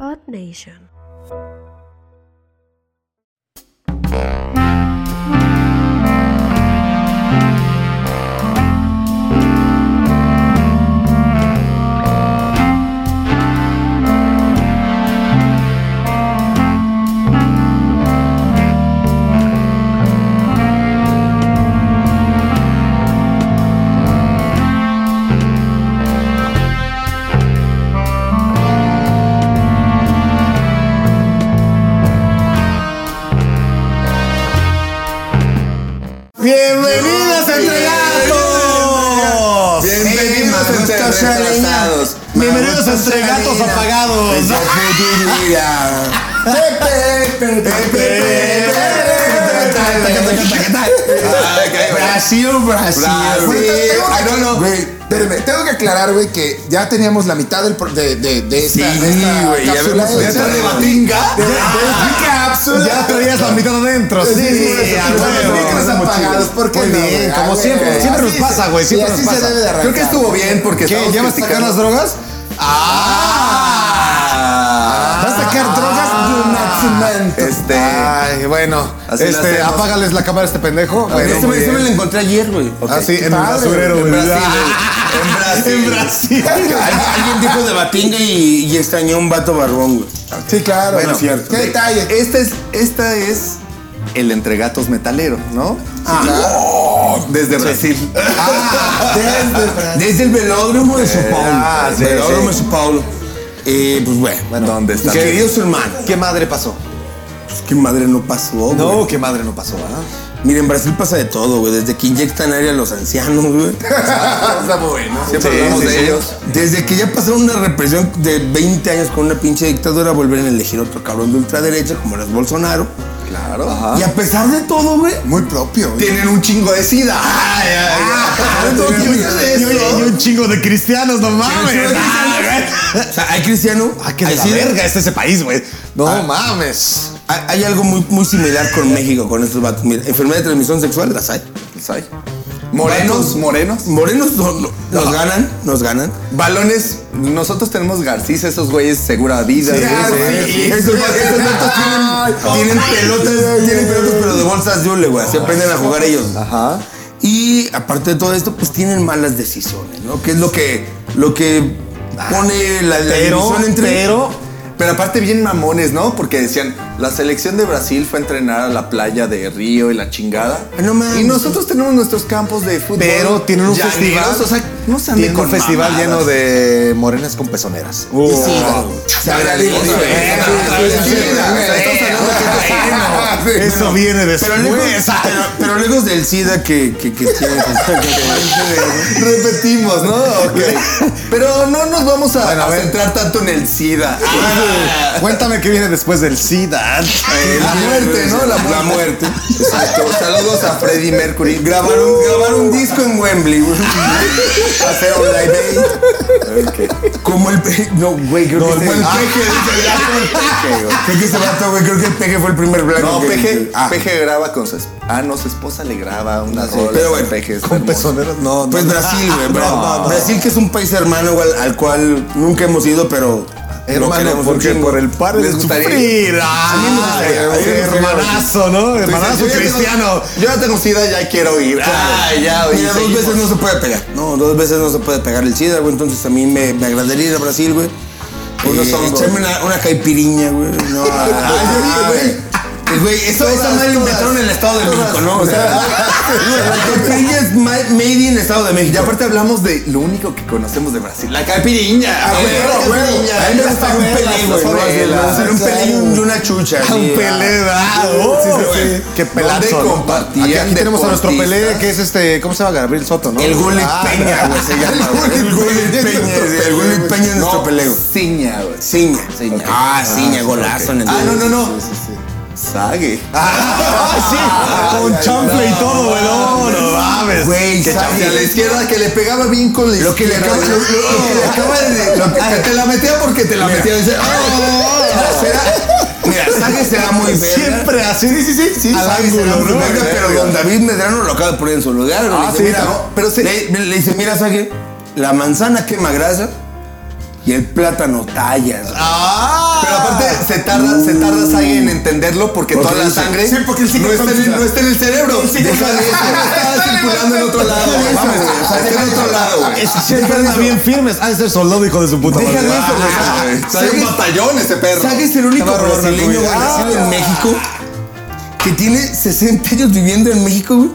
Earth Nation. Bienvenidos a Entregatos. Bienvenidos a Entregatos. Entregatos. Bienvenidos a Entregatos apagados. Brasil, Brasil. Güey, tengo I don't que- know. güey, espérame, tengo que aclarar, güey, que ya teníamos la mitad del pro- de, de, de esta, Sí, de esta güey, ya cápsula habíamos- hecha. ¿Ya te De- de esta cápsula. Ya traías la mitad adentro. Sí, sí, a sí, huevo. micros apagados, ¿por qué Muy no, bien, güey? A como huevo. siempre, siempre nos Así pasa, se- güey, sí, siempre nos así se pasa. debe de arrancar. Creo que estuvo bien porque ¿Qué? estábamos ¿Ya vas a sacar criticando- las drogas? Ah. ¿Vas a sacar drogas de un Ah. nacimiento? Este. Ay, bueno, Así la este, hacemos. apágales la cámara a este pendejo. Bueno, Este muy me, este me bien. lo encontré ayer, güey. Ah, sí, en el padre, basurero, En güey. Brasil, Ah, güey. En Brasil. En Brasil. Al- Alguien dijo de Batinga y, y extrañó un vato barbón, güey. Sí, claro. Bueno, Ah, ¿Qué detalle? Esta es, esta es el entregatos metalero, ¿no? Desde Brasil. Desde- Desde el velódromo de Sao Paulo. Ah, sí, velódromo de sí. Sao Paulo. Eh, pues bueno, bueno. ¿Dónde está? Queridos hermanos, ¿Qué madre pasó? pues, qué madre no pasó, güey. No, qué madre no pasó, ¿verdad? Mira, en Brasil pasa de todo, güey. Desde que inyectan aire a los ancianos, güey. Está bueno. Siempre Sí, hablamos sí, de sí. ellos. Desde que ya pasaron una represión de 20 años con una pinche dictadura, vuelven a elegir otro cabrón de ultraderecha como los Bolsonaro. Claro. Y a pesar de todo, güey, Muy propio. güey. tienen un chingo de sida. Ay, ay, Ah, ay. No Y tienen de eso. y un chingo de cristianos, no Sí, mames. sí, O sea, hay cristiano, Ah, qué de hay la sida. verga es ese país, güey. No Ah. mames. Hay, hay algo muy, muy similar con México, con estos vatos. Mira, enfermedad de transmisión sexual, las hay. Sai. Morenos, Vatos- morenos. Morenos no- no- nos ganan, nos ganan. Balones, nosotros tenemos Garcís, esos güeyes segura vida. Sí, sí, sí. Estos estos vatos tienen, tienen pelotas, tienen pelotas, pero de bolsas de hule, güey. Se aprenden a jugar ellos. Ajá. Y aparte de todo esto, pues tienen malas decisiones, ¿no? Que es lo que, lo que pone la, la Pero, división entre. pero. Pero aparte bien mamones, ¿no? Porque decían, la selección de Brasil fue a entrenar a la playa de Río y la chingada. Ah, no mames. y nosotros tenemos nuestros campos de fútbol. Pero tienen un llaneros, festival. O sea, no se anden Tienen con un festival mamadas. lleno de morenas con pezoneras. Y sí, Ah, se agradece. Sí, güey. Sí, Sí, güey. güey. Estamos hablando de gente sana. Sí, Eso viene de Pero lejos, pero, pero lejos del SIDA que, que, que tiene. Repetimos, ¿no? Ok. Pero no nos vamos a, Bueno, a a ver. centrar tanto en el SIDA. Ah. Cuéntame qué viene después del SIDA. Eh, La muerte, ¿no? La muerte. Exacto. Saludos a Freddie Mercury. Grabaron, grabaron un disco en Wembley, güey. Hacer un live aid. Como el peje. No, güey, creo No, que el fue el "Ah, peje. peje. dice, ya fue el peje, güey. Creo que ese vato, güey, creo que el peje fue el primer blanco. No, que- Peje, Ah, Peje graba con su esposa. Ah, no, su esposa le graba una rola. pero bueno, Peje es Con hermoso. pezoneras. No, no. Pues Brasil, güey. Bra- no, no. Brasil, que es un país hermano güey, al, al cual nunca hemos ido, pero. lo Hermano, queremos un porque chingo. por el padre de Les gustaría. sufrir. Sí, me Ay, gustaría, güey. Hermanazo, ¿no? Tú dices, Hermanazo yo ya tengo- cristiano. yo ya tengo sida, ya quiero ir. Ah, ya, oye. Mira, dos seguimos. veces no se puede pegar. No, dos veces no se puede pegar el SIDA, güey. Entonces a mí me, me agradaría ir a Brasil, güey. Unos Eh, hongos. echarme una, una caipiriña, güey. No, Ay, güey. Pues, Ah, güey, eso Todas, esa madre todas. la inventaron en el Estado de Todas. México, ¿no? O sea, la caipiriña es ma- made in Estado de Y México. aparte hablamos de lo único que conocemos de Brasil. La caipirinha. Ah, güey, Eh, güey, güey. caipirinha. A mí me gusta un Las pelé, güey. favelas, ¿no? O sea, Un pelé y una chucha. Ah, sí, Un Pelé, ah, oh, Sí, sí, sí. güey. Qué ¿Dónde pelazo. ¿no? compartían Aquí, aquí tenemos a nuestro deportistas? Pelé, que es este, ¿cómo se llama? Gabriel Soto, ¿no? El Gullit Ah, Peña, güey, se llama. güey. El Gullit Peña, sí, el Gullit Peña es nuestro No, pelé, güey. Ciña, güey. Ciña. Ah, Ciña, golazo en el Ah, no, no, no. Sague. Ah, sí, con chanfle y todo, güey. No, no mames. Güey, Que Sague. a la izquierda que le pegaba bien con la Lo que le izquierda, acaba- güey. lo- lo- Lo que le acaba de. lo que- Te la metía porque te la Mira. metía. Dice, "Ah, será- Mira, Sague será muy verga. Siempre así. Sí, sí, sí. Sague al será muy ángulo, ¿no? verga, pero don David Medrano lo acaba de poner en su lugar. güey. Ah, Le dice, sí, mira, no, pero sí. Le, le dice, mira, Sague, la manzana quema grasa, Y el plátano tallas. güey. Ah, pero aparte se tarda, se tardas ahí en entenderlo porque Porque toda la dice- sangre Sí, porque el no, está en, psicocontrol- no está en el cerebro. Deja de eso. Está circulando en otro lado. Deja de eso, mames, güey. o sea, está en otro lado, güey. Es que siempre anda bien firmes. Ha de ser soldado, hijo de su puta Deja madre. de eso, güey. Ah, güey. Está en ¿Sabes? batallón ese perro. Saga es el único Está barro, brasileño güey. Ah. güey, nacido en México que tiene 60 años viviendo en México, güey,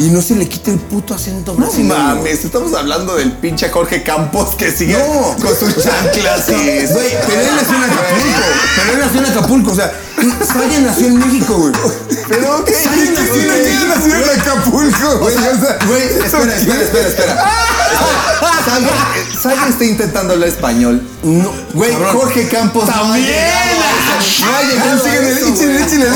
y no se le quita el puto acento No brasileño. mames, estamos hablando del pinche Jorge Campos que sigue No. con sus chanclas y... Güey, pero él nació en Acapulco. Pero él nació en Acapulco, o sea, Saga nació en México, güey. Pero qué... Saga nació en México, güey. Acapulco, güey. O sea, Güey, espera, espera, espera, espera. Saga, Saga está intentando hablar español. No, Güey, cabrón. Jorge Campos También. No ha llegado. Sigue, a eso, échale, güey. échale, échale.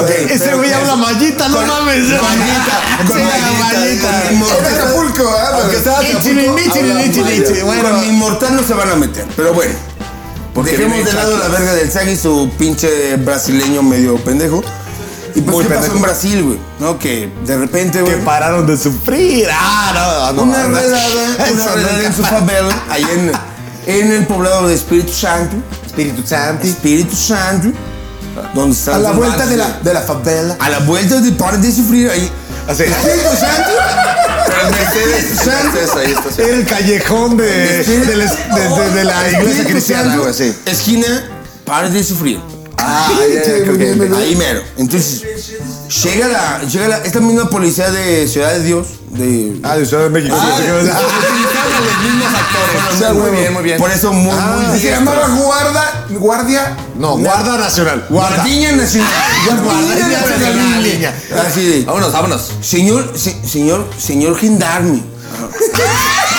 Ok, Ese pero- güey habla mallita, no mames. Mallita, con Sí, mallita, con mi Es de Acapulco, ¿eh? Aunque sea de Échale, Acapulco, échale, habla échale, maya. échale. Bueno. Con mi inmortal no se van a meter, pero bueno. Porque Dejemos viene de lado la Chucky. verga del Sagi, su pinche brasileño medio pendejo. Y pues, Muy ¿qué pasó pendejo. en Brasil, güey? ¿No? Que de repente, Que güey. pararon de sufrir. Ah, no, no. Una no. redada, una Eso no redada es en su capaz. favela, ahí en, en el poblado de Espíritu Santo. Espíritu Santo. Espíritu Santo. Donde están A la los vuelta bares, de la, güey. de la favela. A la vuelta de par de sufrir ahí. Así. Espíritu Santo. Pero el Mercedes, Mercedes ahí está. sí. El callejón de, Espíritu- de la- de- de- de la iglesia Espíritu cristiana, Santo, güey, sí. Esquina, par de sufrir. Ah, ya, ya, creo que- Ahí mero. Entonces, llega la, llega la, esta misma policía de Ciudad de Dios, de... Ah, de Ciudad de México. sí, sí, ah, sí. utilizaron los mismos actores. sea, muy bien, muy bien. Ah, Por eso muy, muy Y se diestros. llamaba guarda, guardia. No, Guardia Nacional. Guardia. Guardiña Nacional. Guardiña Nacional, niña. Así de, Vámonos, vámonos. señor, se- señor, señor gendarme.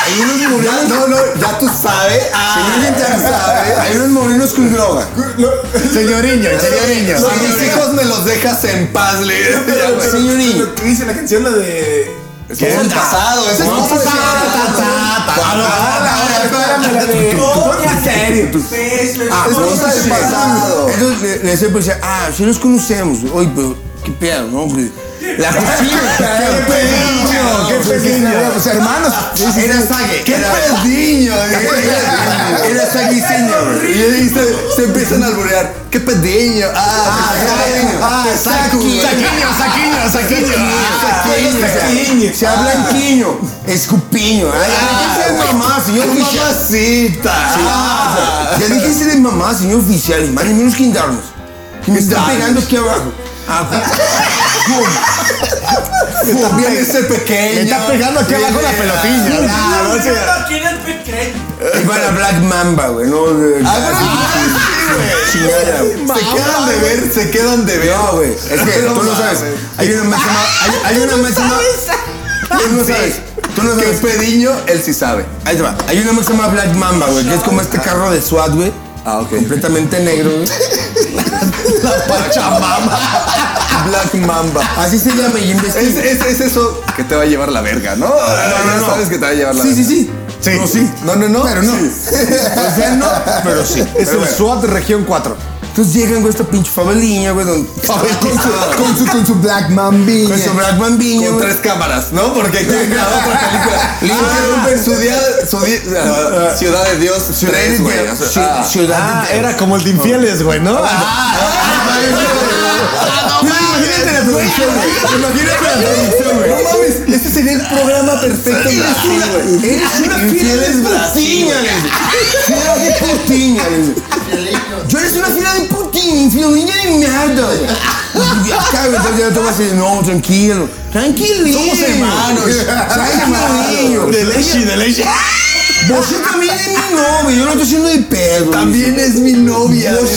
Hay unos morenos, No, no, ya tú sabes. señor gendarme, ¿sabe? Ah. hay unos morenos con droga. Señoriño, señoriño. A mis hijos me los dejas en paz, le. Ya, güey. Señorín. Lo que dice la canción, la de. ¿Qué es el pasado? Ese es No, un pues, Ah, Ah, Espérame, la de. ¿En serio? Ah, Es cosa del sí. pasado. Entonces le, le decía, pues, ah, si nos conocemos. Oye, pero qué pedo, ¿no? Pues, La cocina, ¡Qué pediño! ¡Qué pediño! Pues, hermanos. Era Sague. ¡Qué era- pediño! era- eh. Era Sague Senior. Y ahí se, se empiezan a alburear. ¡Qué pediño! ¡Ah! Ah, ¡Ah! saco, Saquiño, saquiño, saquiño. Saquiño. Se habla en quiño. Escupiño. Ay, ay, ¿qué Ah, es mamá, señor oficial? ¡Mamacita! Ah, Ya déjese de mamá, señor oficial. Y más ni menos quintarnos. Que me está Quintarnos. pegando aquí abajo. Ah, También ese pequeño. Le está pegando aquí abajo la pelotilla. Claro, o sea, Y para Black Mamba, güey. No, de- Ah, Chingada, güey. Se quedan de ver, se quedan de ver. No, güey. Es que tú no sabes. Hay una máxima. Hay, hay una máxima. Tú no sabes. Tú no Que sabes. pediño, él sí sabe. Ahí te va. Hay una máxima Black Mamba, güey. Que es como este carro de SWAT, güey. Ah, ok. Completamente negro, güey. Pachamama. Black Mamba. Así se llama y Es, investiga. es, es eso que te va a llevar la verga, ¿no? Ya sabes que te va a llevar la Sí, verga. sí, sí. Sí. No, sí. No, no, no. Pero no. O sea, no, pero sí. Es Pero el bueno. SWAT de Región 4. Entonces llegan, güey, esta pinche faveliña, güey, donde. Con su, con su, con su Black Mambi. Con su Black Bambiño. Con tres cámaras, ¿no? Porque quieren grabar otra película. Le interrumpen su día, su día- Ciudad de Dios, Ciudad de tres, güey. O Dios. sea, ah. Ci- Ciudad Ah, de Dios. era como el de infieles, güey, ¿no? No, Ah, Imagínate la producción, güey. Imagínate la producción, güey. No mames, este sería el programa perfecto. en Brasil, güey. Eres una fila Infieles de Brasil, putiña, le dice. Fila de putiña, le dice. Yo eres una fila de putiña, infieluña de mierda. güey. Y acá, güey, entonces ya te vas a decir, no, tranquilo. Tranquilillo. Somos hermanos. Tranquilillo. De leche, de leche. Vos también es mi novio, yo no estoy siendo de pedo. También es mi novia. Vos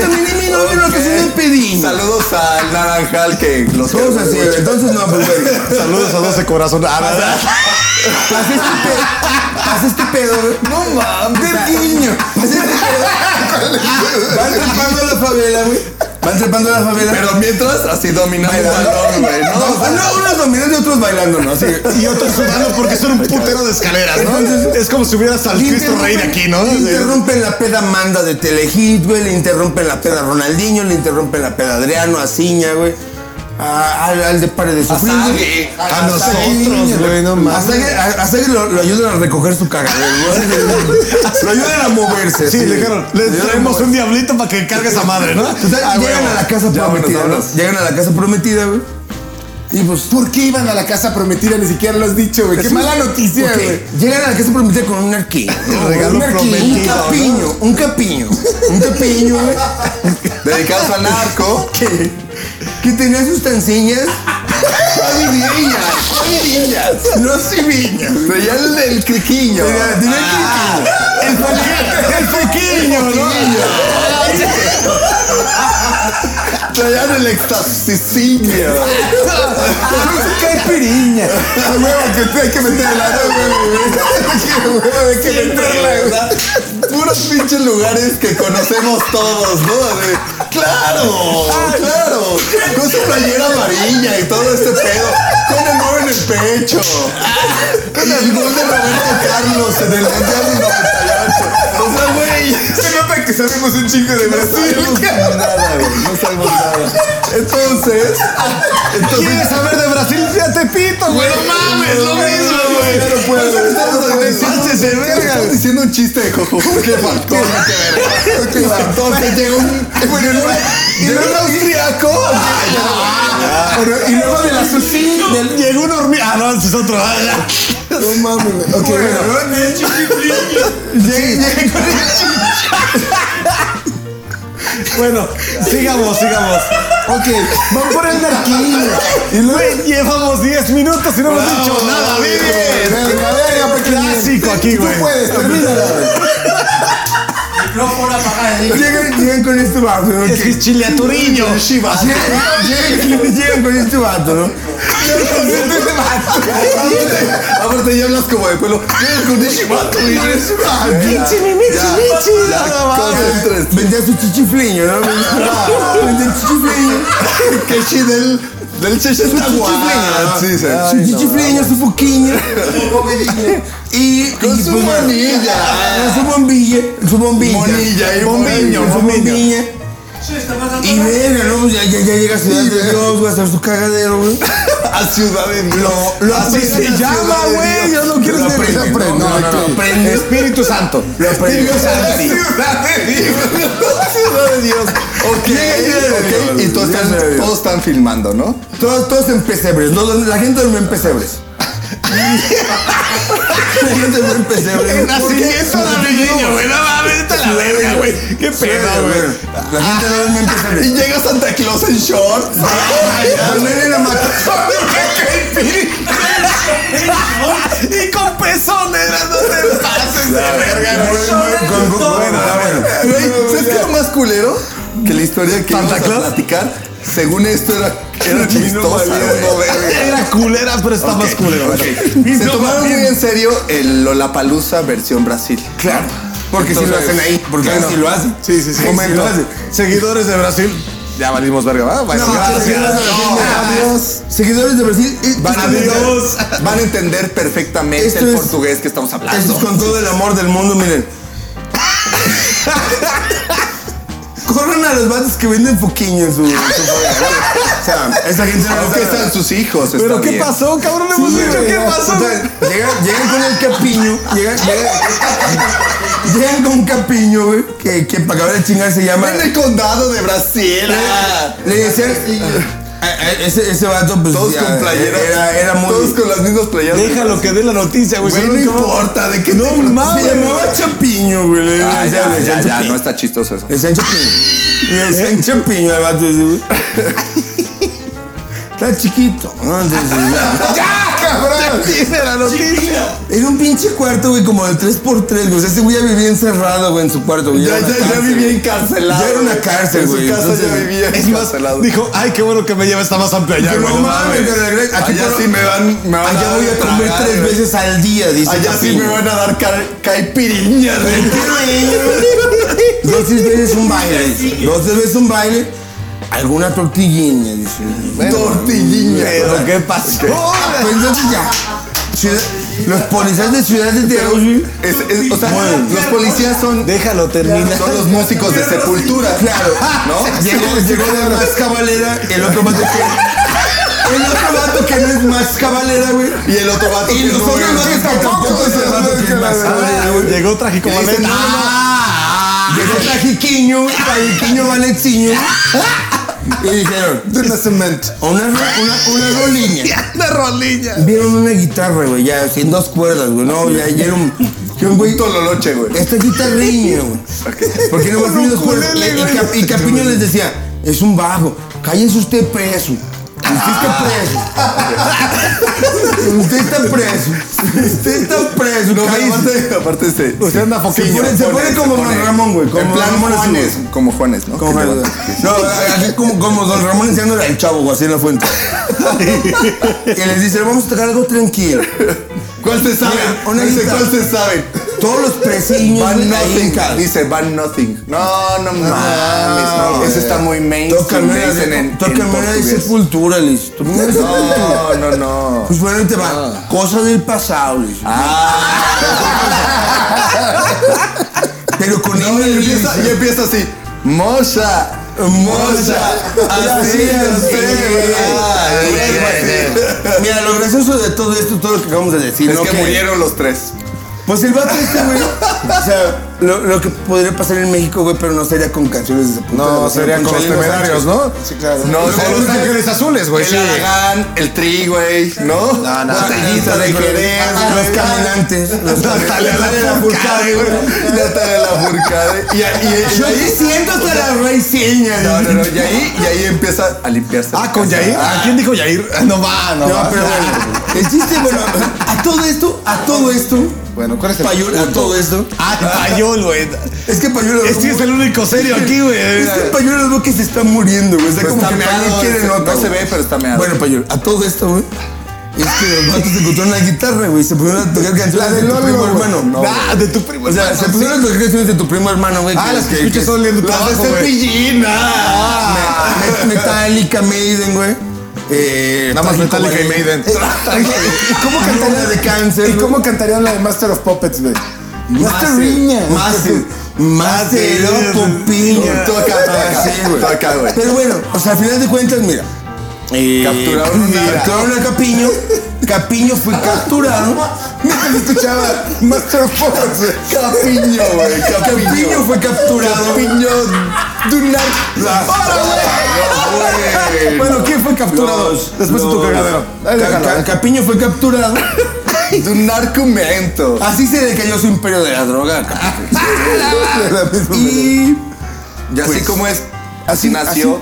también es mi novio, no estoy siendo de pedín. Saludos al Naranjal que los Todos así, güey. entonces no, pues, güey. Saludos a 12 corazón. Ah, nada. Pasa este pedo. Pasa este pedo, güey. No mames. niño! este Van trepando a la favela, güey. Van trepando a la favela. Pero mientras, así dominando el Bailando. balón, güey. no, No, no, unos dominando y otros bailando, ¿no? Así que, Y otros sudando porque son un putero de escaleras, ¿no? Entonces- Es como si hubieras al Cristo Rey de aquí, ¿no? le Interrumpen la peda Manda de Telehit, güey. Le interrumpen la peda Ronaldinho, le interrumpen la peda Adriano, Aciña, güey. a- al, al de pare de sufrir. Hasta güey. que- A hasta nosotros, güey, no mames. Hasta que, a- hasta que lo, lo ayuden a recoger su cagadero. güey. lo ayuden a moverse. Sí, le dijeron, le ayuden a traemos moverse. un diablito para que cargue esa madre, ¿no? Pues, Total, Ah, llegan huevo. a la casa Ya, bueno, prometida, vámonos. ¿no? Llegan a la casa prometida, güey. Y pues. ¿Por qué iban a la casa prometida? Ni siquiera lo has dicho, güey. Qué Sí. mala noticia, Ok, güey. Llegan a la casa prometida con un arquero. El regalo un arquero, Un prometido, capiño, un capiño. Un capiño, güey. Dedicados al narco. Que, que tenía sus tanceñas. Adivinas, adivinas. No se viña. Traía el del Ah. criquiño. Tenía, tenía el capiño. El pequeño, el pequeño, ¿no? Traían el extasicinio. Caipiriña. A huevo, que hay que meterla, ¿no, güey? Que, güey, Hay que meterla, güey. Puros pinches lugares que conocemos todos, ¿no? De- claro, claro. Con su playera amarilla y todo este pedo. Con el oro en el pecho. Con el gol de Roberto Carlos en el Mundial del 98. O sea, güey. Se nota que sabemos un chingo de Brasil. No sabemos nada, güey. No sabemos nada. Entonces, ¿Quieres saber de Brasil? Ya te pito, güey. No mames, lo mismo, güey. Ya no puedo. Pases de verga, Estamos güey. diciendo un chiste de Jojo Jorge Falcón. qué verga. Entonces llega un. Llega un austriaco. Pero- Y luego de la Susi. Del- Llegó un hormiga. Ah, no, ese es otro. Ah, ya. No mames, güey. Ok, bueno. Bueno, sigamos, sigamos. Ok, van por el narquillo. Y luego llevamos 10 minutos y no hemos dicho nada, vive. Venga, venga, pequeño. Clásico aquí, güey. Tú puedes, termínala, güey. Llegan, llegan con este vato, ¿no? Es que es chile a Turiño. Chivas. Llegan, llegan con este vato, ¿no? Aparte, ya hablas como de pueblo. Llega con Nishimato y eres una. Michi, mi, michi, michi. Ya, No, no, no. concéntrate. Vendía su chichifleño, ¿no? Vendía su chichifleño. Que chi del. Del chichifleño, Chechetawan. Sí, sí. Su chichifleño, su foquiña. Y. Con y su pues, bueno, monilla. ah, Su bombilla. Su bombilla. Monilla, y monilla. Bombiño, su bombilla. Y verga, ¿no? Ya, ya, ya llega a Ciudad de Dios, güey, a hacer su cagadero, güey. A Ciudad de Dios. lo Así aprende- se llama, Ciudad de güey. Dios. Yo no quiero Lo ser aprende, aprende, no, no, no, aprende. Espíritu Santo. Lo aprendió. Ciudad de Dios. Ciudad de Dios. Ok. Llega, ok, Y todos llega, están, llega. todos están filmando, ¿no? Todos, todos en pesebres, no, la gente duerme en pesebres. la gente duerme en pesebres. Nacimiento navideño, güey. No mames, vete a la verga, güey. Qué pedo, güey. La gente duerme en pesebres. Ah. Y llega Santa Claus en shorts. Ponerle la mata- Y con pezones, no te pases de verga, güey. con- con- bueno, ah, bueno. Güey, ¿sabes qué es lo más culero? Que la historia que íbamos a Claus? platicar, según esto, era, era chistosa, ¿eh? güey. Era culera, pero está más culera. Ok. Se tomaron muy en serio el Lollapalooza versión Brasil. Claro. Porque si lo Entonces, hacen ahí, porque claro. si lo hacen. Sí, sí, sí. Momento. Sí lo hace. Seguidores de Brasil, ya valimos verga, ¿va? Bueno, No, seguidores de Brasil, no. Seguidores de Brasil, eh, Van a, esto- entender, Dios. van a entender perfectamente Esto el es- portugués que estamos Esto es hablando. con todo el amor del mundo, miren. Corran a los vatos que venden foquiño en su. en su O sea, esa gente no Aunque están sus hijos. Pero está ¿qué bien. pasó, cabrón? No hemos Sí, dicho güey, qué ya. pasó. Total, Llegan, llegan con el capiño, llegan, llegan, llegan con un capiño, güey, que, que para acabar de chingar se llama. En el condado de Brasil. ah. Le decían. a- a- eh, Ese, ese vato, pues. Todos ya, con playeras. Era, era muy. pues, Todos con las mismas playeras. Déjalo que dé la noticia, güey. Güey, no Seguro que va- importa, de qué No te- mames. Se llamaba Champiño, güey. le- Ah, le- ya, le- ya, le- ya, no está chistoso eso. Le decían Champiño. Eh. Le decían Champiño al vato ese, güey. Está chiquito, ¿no? Entonces, ya. ¡Ya, cabrón! Dice la noticia. Era un pinche cuarto, güey, como de 3x3, güey. O sea, ese güey ya vivía encerrado, güey, en su cuarto, güey. Ya, ya, Era una ya cárcel. vivía encarcelado. Ya era una güey. cárcel, En su güey, casa ya entonces- vivía Es más, encarcelado. dijo, ay, qué bueno que me lleva esta más amplia ya, Pero güey. no no mames, mames. pero aquí Allá puedo- sí me van. Me van Allá voy a comer tragar, tres güey. veces al día, dice Allá sí Champiño. me van a dar ca- caipiriñas, güey. Dos, tres veces un baile. dice. Dos, tres veces un baile. Alguna tortillinha, dice. Tortilliña. Pero ¿qué pasó? Pues entonces ya. Ciudad- los policías de Ciudad de Dios, güey. Es- es- o sea, los policías son, Déjalo terminar. son los músicos de sepultura. Claro. ¿No? Llegó, llegó la más cabalera, el otro más de que. El otro vato que no es Max Cavalera, güey. Y el otro vato Y que no nosotros era no, Max que tampoco es el vato que es Max Cavalera, güey. Llegó trágico. Y le Ah, dicen, ah, Llegó Tajiquiño, Tajiquiño Valenciño. Y dijeron, De nacimiento. una, ro- una, una roliña. La roliña. Vieron una guitarra, güey, ya, sin dos cuerdas, güey. No, ya, ya era un. que un güey, un tololoche, güey. esta guitarriña, güey. ¿Por qué no más tiene dos cuerdas? Y, ukulele, y güey. Cap- y Capiño les decía, es un bajo. Cállense usted preso. Usted está preso. Usted está preso. Usted está preso. No, cállese. aparte, aparte este. Usted anda Se foquillo. pone, se pone como pone- Don Ramón, güey. Como En plan Ramón así, güey. Juanes, como Juanes, ¿no? Como Que le Juanes. va- No, aquí como, como Don Ramón enseñándole al chavo, güey, así en la fuente. Que les dice, vamos a tocar algo tranquilo. ¿Cuál se sabe? Mira, una Dice, guitarra. ¿cuál se sabe? Todos los presiños Van güey, ahí en Nothing. casa. Dice Van Nothing. No, no mames. Ah, No, güey. eso está muy mainstream. le Tócame una dicen en- de, en tócame una de portugués. sepultura, Liz. Tócame una de sepultura. No, no, no. Pues bueno, ahí te Ah. va. Cosa del pasado, Liz. Pero con No, M, y Liz. empieza, y empieza así. Moza, moza, así Así es. Ah, es, güey. Ay, Güey, güey. Mira, lo gracioso de todo esto, todo lo que acabamos de decir, Es ¿no? que murieron los tres. Pues el vato este, güey. O sea, lo, lo que podría pasar en México, güey, pero no sería con canciones de sepultura. No, sería con los Chalino temerarios, Sánchez. ¿no? Sí, claro. No, Los Ah, sería- ángeles azules, güey. El Aragán, el Tri, güey, ¿no? No, no, Botellita de Jerez, Los güey. caminantes. Los Natalia caminantes. la Furcade, güey. Natalia la Furcade. Y, ahí- y, Yo diciendo hasta la reseña. No, no, no. Y ahí, y ahí empieza a limpiarse. Ah, la con casa. Yair. Ah, ¿Quién dijo Yair? No va, no No, va. pero bueno. El chiste, bueno, a todo esto, a todo esto, Bueno, ¿cuál este es el Payol, a todo esto. Ah, payol, güey. Es que Payol. Este es el único serio aquí, güey. Es que Payol es lo que se está muriendo, güey. O sea, Pues como está que nadie meado, quiere no nota, se güey. ve, pero está Ah, meado. Bueno, pues, Payol, a todo esto, güey. Es que los vatos encontraron la guitarra, güey. Se pusieron a tocar canciones La de de tu Lolo, primo güey. hermano. No, Ah, de tu primo. O sea, se pusieron a tocar canciones de tu primo hermano, güey. Ah, que- las que que- escuchas que- son leyendo Las de trabajo, güey. Cepillín, ah. Me- Metallica, Maiden, güey. Eh, Nada más Trágico Metallica y Maiden. Ah, ¿Cómo cantaría de eh, cáncer? ¿Y güey? cómo cantarían la de Master of Puppets, güey? Master Masteriña. Master. Master loco piña. Tú acá, tú acá, Sí, güey. tú acá, güey. Pero bueno, o sea, al final de cuentas, mira. eh, Capturaron una- capturaron a Capiño. Capiño fue capturado. Mientras escuchaba Master of Puppets, güey. Capiño, güey. Capiño fue capturado. Capiño. Dunar. güey. Bueno, ¿quién fue capturado? Los- Después de tu los- cagadero. Ahí Ca- déjalo, Ca- déjalo. Capiño fue capturado. De un argumento. Ah. Así se decayó su imperio de la droga. Capiño. Y Y así Pues, como es, así- así nació.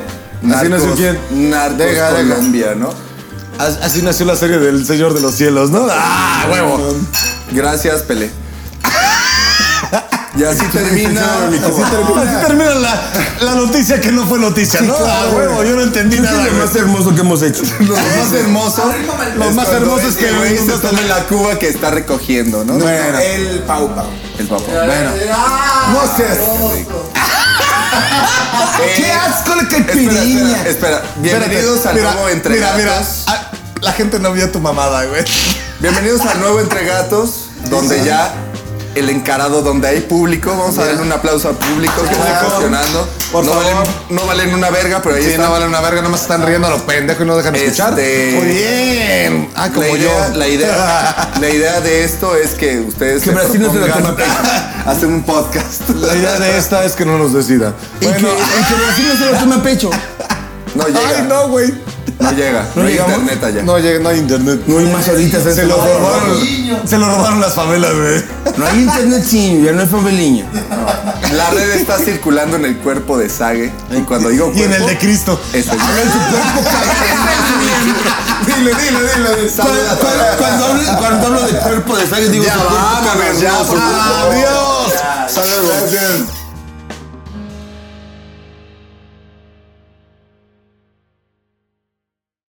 así nació quién? Narcos Deja, deja. Colombia, ¿no? As- Así nació la serie del Señor de los Cielos, ¿no? ¡Ah, huevo! Gracias, Pelé. Y así termina. Así termina. Así termina la, la noticia que no fue noticia, ¿no? Ah, huevo, yo no entendí es nada. lo güey. más hermoso que hemos hecho. Lo más hermoso. Lo más cuando hermoso es que el güey el mundo se está- tome la cuba que está recogiendo, ¿no? Bueno. El Pau Pau. El Pau Eh, Pau. Bueno. No seas. Eh, ¡Qué asco la Espera, caipirinha! espera, espera. Bienvenidos Espérate. al Mira, nuevo Entre Mira, mira. Gatos. Ah, La gente no vio tu mamada, güey. Bienvenidos al nuevo Entre Gatos, donde ya el encarado, donde hay público. Vamos a darle un aplauso al público que está Por favor. funcionando. Por no, favor. Valen, no valen una verga, pero ahí Sí, está. no vale una verga, nomás están riendo a los pendejos y no dejan escuchar. Este- Muy bien. Ah, como la idea, yo. la idea, la idea de esto es que ustedes Que Brasil no se la propongan tome hacer un podcast. La idea de esta es que no nos decida. Y que, y que Brasil no se lo toma a pecho. No llega, Ay, no. no, güey. llega, no, hay llegamos? internet allá. No, llega- no hay internet. No hay más ahorita, ¿sabes? Se lo No, robaron. Se lo robaron las favelas, güey. No hay internet sin, ya no hay faveliña. La red está circulando en el cuerpo de Sage y cuando digo Y en el cuerpo, de Cristo. es el- Dile, dile, dile. Cuando, cuando- cuando hablo, cuando hablo de cuerpo de sangre, digo, Ya su cuerpo vámonos, ya, carnoso. por favor. Adiós. Hasta luego.